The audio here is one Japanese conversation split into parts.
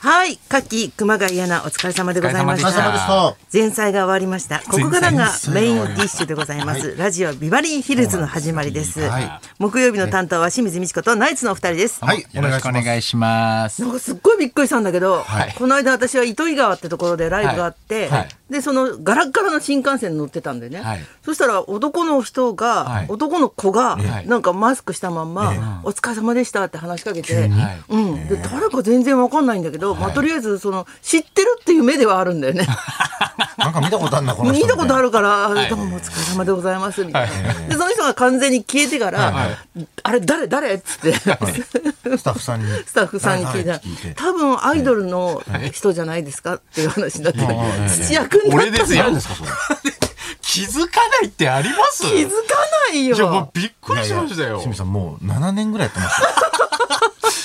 はい、夏季熊谷アナお疲れ様でございまし。お疲れ様でしたた。前菜が終わりました。ここからがメインディッシュでございます。前ラジオビバリーヒルズの始まりです。はい木曜日の担当は清水美智子とナイツのお二人です。はい、よろしくお願いしますな。んかすっごいびっくりしたんだけど、はいこの間私は糸魚川ってところでライブがあって、はいはいでそのガラッガラの新幹線に乗ってたんでね、はいそしたら男の人が、はい男の子が、はいなんかマスクしたまんま、ええお疲れ様でした」って話しかけて、はいうん、で誰か全然わかんないんだけど、まあ、とりあえずその知ってるっていう目ではあるん だよね。なんか見たことあるな、この人。見たことある。るから、いどうもお疲れ様でございますみたいな、でその人が完全に消えてから「あれ誰誰?」っつって。 スタッフさんに。スタッフさんに聞いたら誰々って聞いて多分アイドルの人じゃないですかっていう話になって、はい土屋君だっ俺たでのすよ。 気づかないってあります気づかないいや、もうよびっくりしましたよ。清水さん、もう7年ぐらいやってます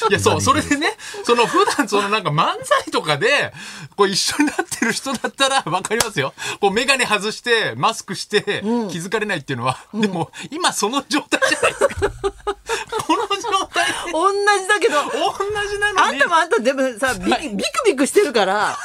よ。いや、そう、それでね、その普段そのなんか漫才とかで、こう一緒になってる人だったらわかりますよ。こうメガネ外して、マスクして、気づかれないっていうのは、でも今その状態じゃない ですか。この状態で同じだけど同じなあのんにた。もあんたでもさビ,、ビクビクしてるから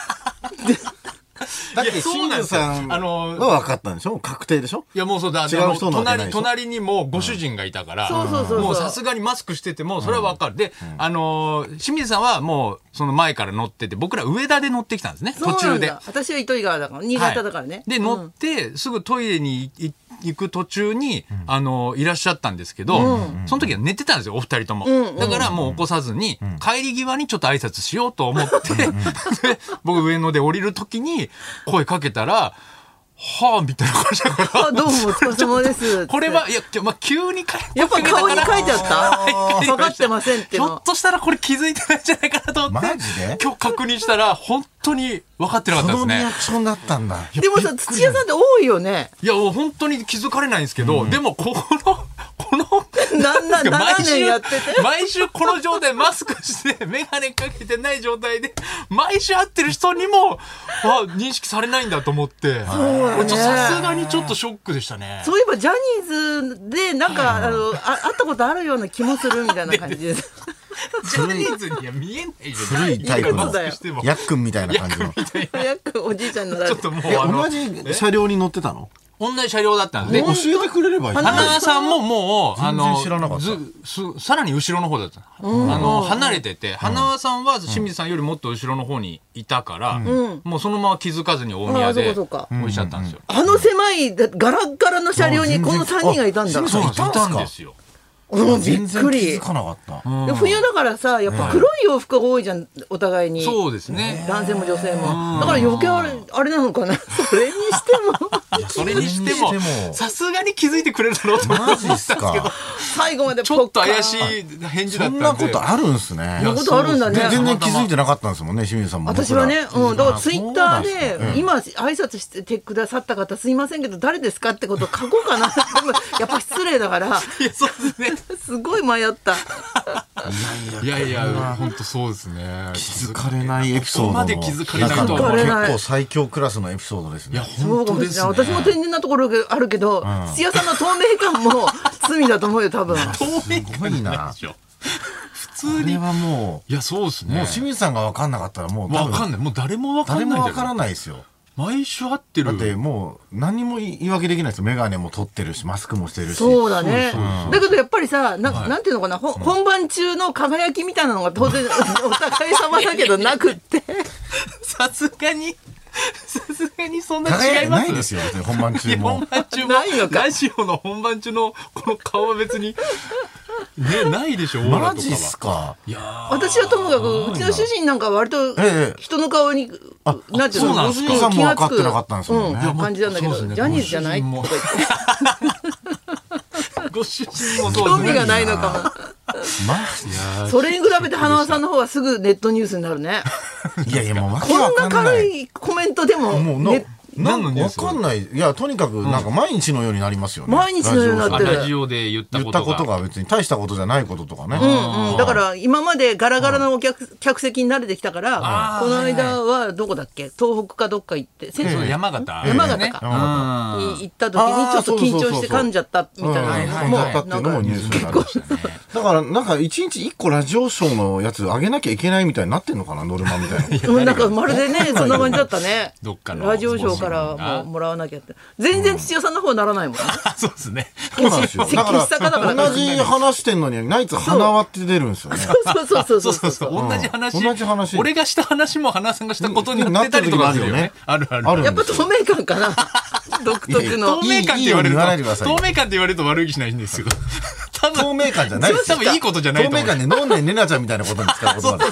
だっいて、やそう清なんで水すよさんあはの分かったんでしょ確定でしょいやもうそうだ、で違うも人なわけな隣、いでしょ隣にもうご主人がいたから、そうそうそうそうもうさすがにマスクしてても、それはわかる。で、あのー、清水さんはもう、その前から乗ってて、僕ら上田で乗ってきたんですね、そう途な中んでだ。私は糸魚川だから新潟だからね、はいで、乗って、すぐトイレにい行く途中に、あの、いらっしゃったんですけど、その時は寝てたんですよ、お二人とも。だからもう起こさずに、帰り際にちょっと挨拶しようと思って、で 僕上野で降りる時に声かけたら、はあ、みたいな感じだかあら。どうもお疲れ様ですこれは、いや、まあ、急に書いやっぱ顔に書いてあったはい分かってませんってひのょっとしたらこれ気づいてないんじゃないかなと思ってマジで今日確認したら本当に分かってなかそったですのリねアクションだったんだ。でもさ土屋さんって多いよねいや、もう本当に気づかれないんですけど、でも、この、 この、なんな毎7週年やってて 毎週この状態、マスクして、 メガネかけてない状態で、毎週会ってる人にも、あ、認識されないんだと思って、だねちょっとさすがにちょっとショックでしたね。そういえばジャニーズでなんか、あのあ会ったことあるような気もするみたいな感じですジャニーズには見えないじゃな古いいタイプいいこのとだよ、しても。ヤックンみたいな感じの。早くおじいちゃんにならちれょってともう、えあの、同じ車両に乗ってたの同じ車両だったんでえ、す教ね。えてくれればいい花輪さんももう、あ全の然知らなか、ったずすさらに後ろの方だった。あの、離れてて、花輪さんは清水さんよりもっと後ろの方にいたから、もうそのまま気づかずに大宮あでーそうかそうか置いちゃったんですよ。あの狭いだガラッガラの車両にこの3人がいたんだあ。そう全な然んですよいたんですよ。うんびっ全然く気りづ。かなかった。で冬だからさ、やっぱ黒い洋服が多いじゃん、お互いに。そうですね。男性も女性も。だから余計あれ、あれなのかな。それにしても、 それにしてもそれにして、もさすがに気づいてくれるだろうと思ったんマでジっすすけ どか、最後までちょっと怪い。しい返事だそったんんで。なことあるんすね。そんなことあるんだねで全然気づいてなかったんですもんね、清水さんも。私はね、僕らうん、だからツイッターそうなんすねで、今挨拶してくださった方すいませんけど、誰ですかってことを書こうかな。 でもやっぱ失礼だ から、いや、そうですね。すごい迷った。いやいや、本当そうですね。気づかれないエピソーこドのこまで気づかれないとは思わなかった気づかれない結構最強クラスのエピソードですいねや、そう本か当もしでれすなねい。。私も天然なところがあるけど、土屋さんの透明感も罪だと思うよ、多分。透明すごいなでしょ普通こにれはもいやそうですう、もねう清水さんが分かんなかったらもう多わかん分ないもう誰もわかんな誰いんだもよ分からないですよ毎週会ってるだってもう何も言い訳できないですよ眼鏡も取ってるしマスクもしてるしそうだねそうそう。だけどやっぱりさ、なはいなんていうのかな、ほん本番中の輝きみたいなのが当然お互い様だけどなくって。さすがにさすがにそんな輝違いいてまなすいですよ別に本番い中やも本番中もないのかラジオの本番中のこの顔は別にねないでしょオーラマとジっすかはかいやー私はともかく、うちの主人なんか割とええ人の顔に、なんていうそうなの、んうですんか気がさんも分かっつくてなかったんですもんねういやもう感じなんだけど、そうですねジャニーズじゃないご主人もとか言ってご主人もそ興うで味すがねないのかマも。それに比べて花輪さんの方はすぐネットニュースになるね。ジいやいやもうわけこん分かなんな軽いいコメントでも、もうのねな何のんニかューわスかんない。いや、とにかく、なんか毎日のようになりますよね。毎日のようになってあるラジオで言った言こったとこがとが別に大したことじゃないこととかね。うんうん、だから今までガラガラのお客客席に慣れてきたからあーこの間はどこだっけ東北かどっか行って先そう生に山形、ええ山形かか行った時にちょっと緊張して噛んじゃったみたいうんはいなはのいもはいだっていうのもニュースになりましたね。だから、なんか一日一個ラジオショーのやつ上げなきゃいけないみたいになってんのかな、ノルマみたい な。うんなんかまるでねそんな感じだったねどっかのラジオショーからもうもらわなきゃって全然土屋さんの方ならないもんね、そうですねそうなんですよ。だ喫茶かかだからら、同じ話してんのに、ナイツ鼻割って出るんですよね。 そうそうそ そうそうそううそそうう、ん同じ話同じ話俺がした話も花さんがしたことになってたりとかあるよねなあってるる時もああるるよねあるやっぱ透明感かな独特の透明感って言われるいいように言わないでくださといよ透明感って言われると悪い気しないんですけど多分透明感じゃないですよ多分いいことじゃないと思う透明感ね、飲んでねなちゃんみたいなことに使うことなんで。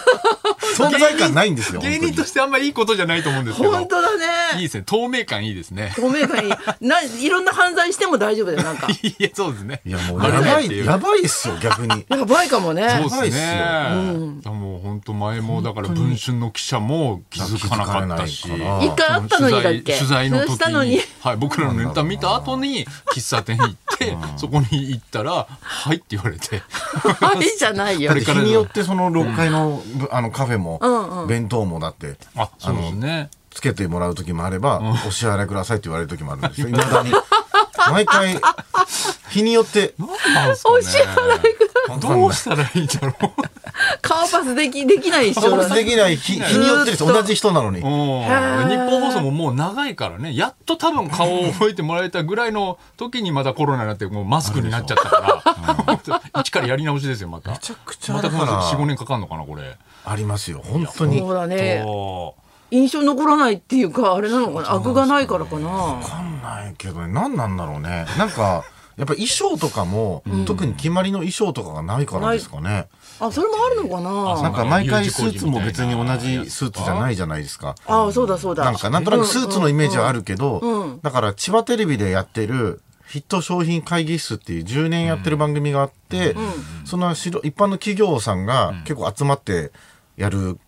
存在感ないんですよ。。芸人としててあんまいいことじゃないと思うんですけど本当だいいねですね透明感いいですね透明感いいないろんな犯罪しても大丈夫だよなんか いやそうですねいや、もう、悪やばってい、うやばいっすよ、逆に。やばいかもねそうばいですっすよね、いやもう本当前もだから文春の記者も気づかなかったし気づかれないか一回らあったのにだっけ取材取材のした時のににはい、僕らのネタ見た後に喫茶店行ってそこに行ったら「はい」って言われて はいじゃないよこれ日からによってその6階の,、あのカフェも、うんうん弁当もだってあそうですねつけてもらう時もあれば、お支払いくださいって言われる時もあるんですよいまだに毎回日によって何なんすかねお支払いどうしたらいいんだろ顔パスできできない一緒そうだできない日日によってでずすっと同じ人なのにううんー日本放送ももう長いからねやっと多分顔を覚えてもらえたぐらいの時にまたコロナになってもうマスクになっちゃったから、一からやり直しですよまためちゃくちゃまだたから45年かかるのかなこれ。ありますよ本当にそうだわねお印象残らないっていうかあれなのかな悪がないからかなかんないけどね何なんだろうねなんかやっぱ衣装とかも、特に決まりの衣装とかがないからですかね。あそれもあるのかななんか毎回スーツも別に同じスーツじゃないじゃないですか。あそうだそうだなんかなんとなくスーツのイメージはあるけど、うんだから千葉テレビでやってるヒット商品会議室っていう10年やってる番組があって、そのしろ一般の企業さんが結構集まってやる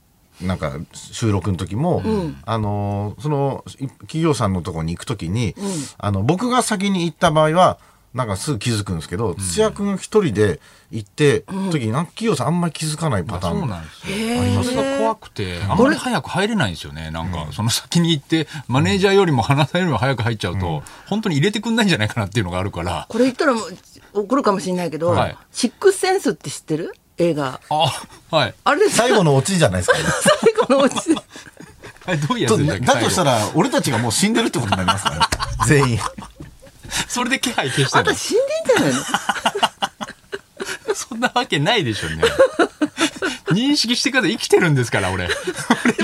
なんか収録の時も、あのーそのい企業さんのとこに行く時に、あの僕が先に行った場合はなんかすぐ気づくんですけど、土屋君が一人で行って、時になんか企業さんあんまり気づかないパタそうーンなんですよ。へそれが怖くて、あんまり早く入れないんですよね。なんか、その先に行って、マネージャーよりも花さんよりも早く入っちゃうと、本当に入れてくんないんじゃないかなっていうのがあるから。これ言ったらもう怒るかもしれないけどはい「シックスセンス」って知ってる映画あ、はい。あれです最後のオチじゃないですか、ね 最後のうちえどういうやとつでだとしたら。ら俺たちがもう死んでるってことになりますからね 全員最後それで気配消してあんるた死んでんじゃないのの。そんなわけないでし ょうね。認識してください。生きてるんですから、俺。で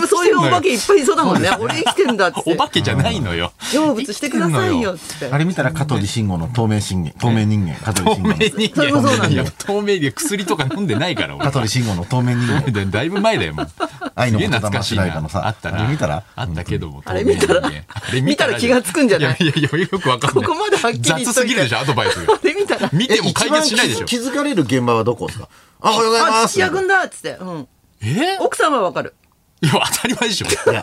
もそういうお化けいっぱいいそうだもんね俺生きてんだっつってお化けじゃないのよ。成仏してくださいよっつってあれ見たら香取慎吾の透明信玄透明人間香取透慎明吾の人それもそうな間。んだいや透明で薬とか飲んでないから、俺香。取慎吾の透明人 間だだいぶ前だよ、もう。 愛のすげえ言霊懐かしい主な題歌のさあったあな。れ見たらあったけども。あれ見たら透明人間あれ見た見たら気がつくんじゃないいやいやいや、よくわかんない。ここまではっきり言っといて雑すぎるでしょ、アドバイスがあ。 れ見たら見ても解決しないでしょえ一番。気づ気づかれる現場はどこですかあおはようございあま土す屋君だっつって、うん、えいや、奥さんはわかる当たり前でしょ。 いや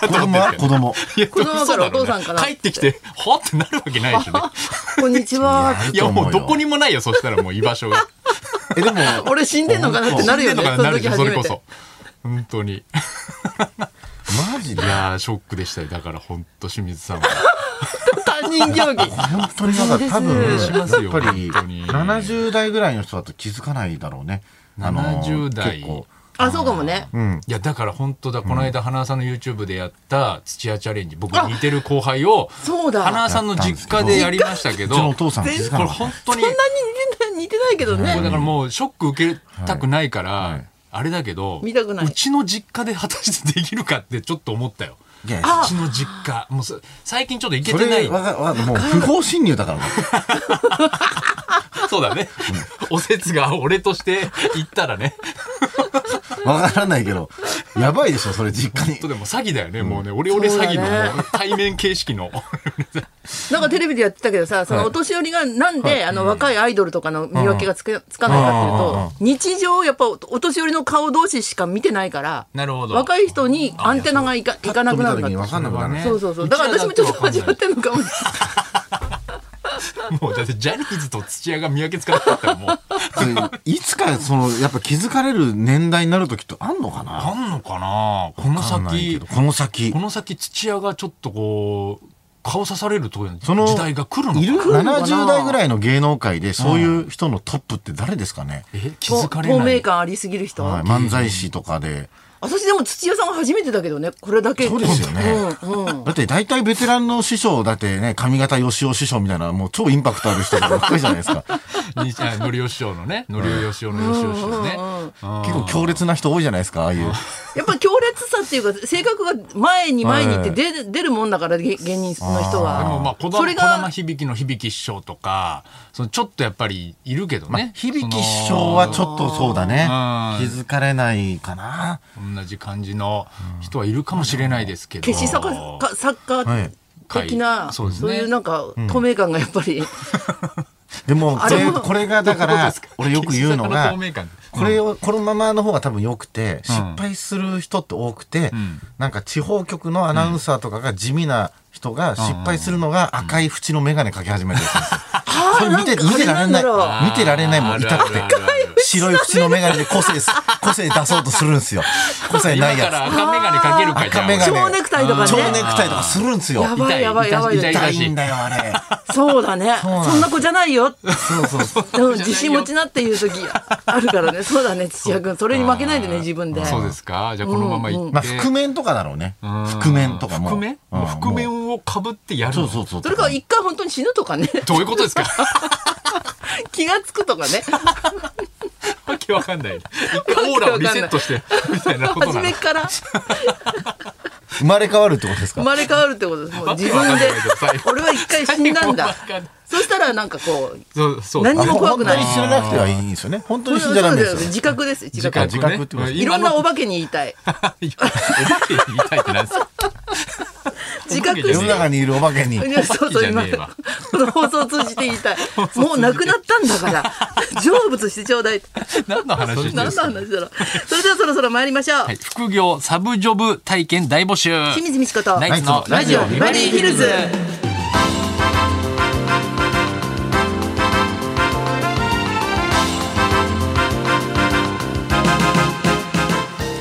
子供は子供いや子供だから嘘ろうねお父さんかな帰ってきて、はってなるわけな いでしょね。こんにちはやいや、もうどこににもないよ、そしたらもう居場所が。えでも俺死んでんのか なってなるよね死んでんのかななるでしょ、そその時初めれてこそ。本当に。マジいでやー、ショックでしたよ。だから本当清水さんは。他人行儀本当にだから多分そうですしやっぱりますよ本当に70代ぐらいの人だと気づかないだろうねあの70代結構あそうかもねうんいやだから本当だ、この間花輪さんの YouTube でやった土屋チャレンジ僕似てる後輩をそうだ花輪さんの実家でやりましたけうどちのお父さん気づこかれなかった本当にそんなに似てない似てないけどもうだねからもうショック受けたくないから、いあれだけど見たくないうちの実家で果たしてできるかってちょっと思ったよいやあうちの実家もうそ最近ちょっと行けそてなれいわかわかもう不法侵入だからそうだね、おせつが俺として行ったらねわからないけど、やばいでしょ、それ実家にと。でも詐欺だよね、もうね、オレオレ詐欺そうだのねもう対面形式の。なんかテレビでやってたけどさ、そのお年寄りがなんで、あの若いアイドルとかの見分けがつけつかないかっていうと、日常やっぱお年寄りの顔同士しか見てないから、なるほど若い人にアンテナがいかいかなくなるんだ時にっ分て。かんなくなるね。そうそうそう。だから私もちょっと間違ってんのかもしれない。 もうだってジャニーズと土屋が見分けつかなかったら もう。いつか、その、やっぱ気づかれる年代になる時ってあんのかなあんのかなこのわかんないけ先ど、この先こ。の先土屋がちょっとこう、顔刺されるというその時代が来るのかないるのかな70代ぐらいの芸能界でそういう人のトップって誰ですかね、え気づかれ透な明い。感ありすぎる人。はい、漫才師とかで私でも土屋さんは初めてだけどね、これだけ。そうですよねうんうん。だって大体ベテランの師匠だってね上方義雄師匠みたいなもう超インパクトある人ばっかりじゃないですかにあのりお師匠のね、のりおよしおのよしお師匠ね。結構強烈な人多いじゃないですかああいうやっぱ強烈さっていうか、性格が前に前にって出,、出るもんだから、げ芸人の人でもは。まあ、そ小玉れ小が玉響の響師匠とか、そのちょっとやっぱりいるけどね。響師匠はちょっとそうだうね気んづかれないかなその同じ感じの人はいるかもしれないですけど。消しサッカー、サッカー的な、はいそそううですねいうなんか、透明感がやっぱり、でもあこれれもこれがだかどうらですか俺よく言う消のがし坂の透明感これをこのままの方が多分良くて失敗する人って多くてんなんか地方局のアナウンサーとかが地味な人が失敗するのが赤い縁の眼鏡かけ始めてるんですよそれ見てあーなんかあれな見てられないんだろあー見てられないもん痛くてあるあるある 白い縁の眼鏡で個性す個性出そうとするんですよ個性今ないかやつら赤眼鏡かけるかじゃ赤あ眼鏡蝶ネクタイとかね蝶ネクタイとかするんですよやばいやばいやばい痛いやば痛痛い。いんだよあれそうだね。うなのそんな子じゃないよ。そうそ うそううん自信持ちなっていう時あるからね。そうだね、土屋君。それに負けないでね、自分で。そうですか。じゃあこのまま行って。まあ覆面とかだろうね覆面とかも覆面うんもう覆もう面をかぶってやるそのうそうそうそれから一回本当に死ぬとかね。どういうことですか気がつくとかね。わけわか んない。一回オーラをリセットして、みたいなこと初なのめ。から生まれ変わるってことです生かまれ変わるってことです。もう自わか分んでないけど最。後俺は一回死んだんだ最後わかんない。そしたらなんかこう、そうそう。何も怖くないあ本当に知らなくてはいいんですよね本当に死んじゃダメですよ自覚です、自時覚間。自覚ってこといろんなお化けに言いたい。い やお化けに言いたいってなんですか自覚けし世ての中にいるお化けにいやそうそうじゃ今ねえわこ の放送を通じて言いたいもうなくなったんだ から成仏してちょうだい何の話してるんで 何すのか話だろうそれではそろそろ参りましょう、はい副業サブジョブ体験大募集清水美智子とナイツのララジジオオビビババリリーーヒヒルルズズ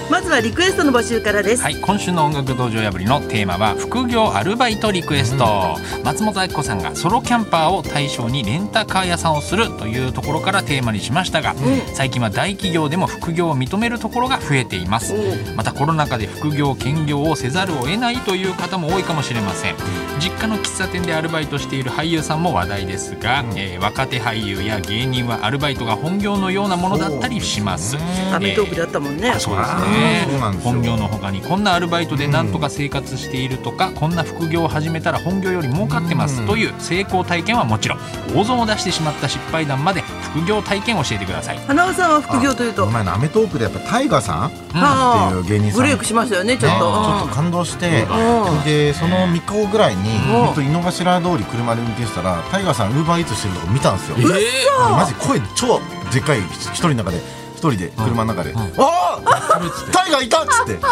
まずはリクエストの募集からです、はい、今週の音楽道場破りのテーマは副業アルバイトリクエスト、松本明子さんがソロキャンパーを対象にレンタカー屋さんをするというところからテーマにしましたが、最近は大企業でも副業を認めるところが増えています、うまたコロナ禍で副業兼業をせざるを得ないという方も多いかもしれません実家の喫茶店でアルバイトしている俳優さんも話題ですが、えー若手俳優や芸人はアルバイトが本業のようなものだったりします、アメトークであったもんね、そうですあーそうなんねですよ本業のほかにこんなアルバイトでなんとか生活しているとか、こんな副業を始めたら本業より儲かってますという成功体験はもちろん大損を出してしまった失敗談まで副業体験を教えてください花輪さんは副業というとお前の『アメトーーク』でやっぱタイガーさんってあいう芸人さんブレイクしましたよねちょっねと、ちょっと感動してでその3日後ぐらいにうん本当井の頭通り車で運転したらタイガーさんウーバーイーツしてるとこ見たんですよえマジ声超でっかい一人の中で一人で車の中で「うんうんああタイガーいた!」っつってうん本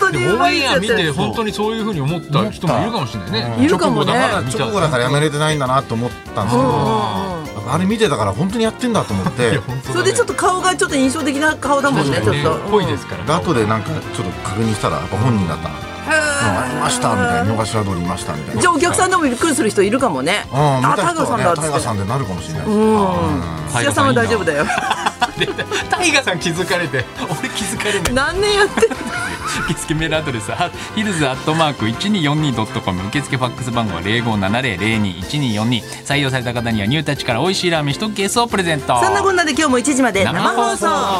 当にでもうオまンいエやアつ見やっててる本当にそういうふうに思った人もいるかもしれないねいるかもねチョコボだからチョコだからやめれてないんだなと思ったんですけうんどうんうんあれ見てたから本当にやってんだと思ってそれでちょっと顔がちょっと印象的な顔だもんねちょっねとぽいですからで 後でなんかちょっと確認したらやっぱ本人だった「へーありました」みたいな「井の頭通りいました」みたいなじゃあお客さんでもびっくりする人いるかもね。ああ見たタイガ人ーさはんねだっつタイガーっさんでなるかもしれないて。うん。土屋さんは大丈夫だよ。でタイガさん気づかれて俺気づかれない何年やってんの受付メールアドレスはヒルズアットマーク 1242.com 受付ファックス番号は0570021242採用された方にはニュータッチから美味しいラーメン1ケースをプレゼントそんなこんなで今日も1時まで生放送。送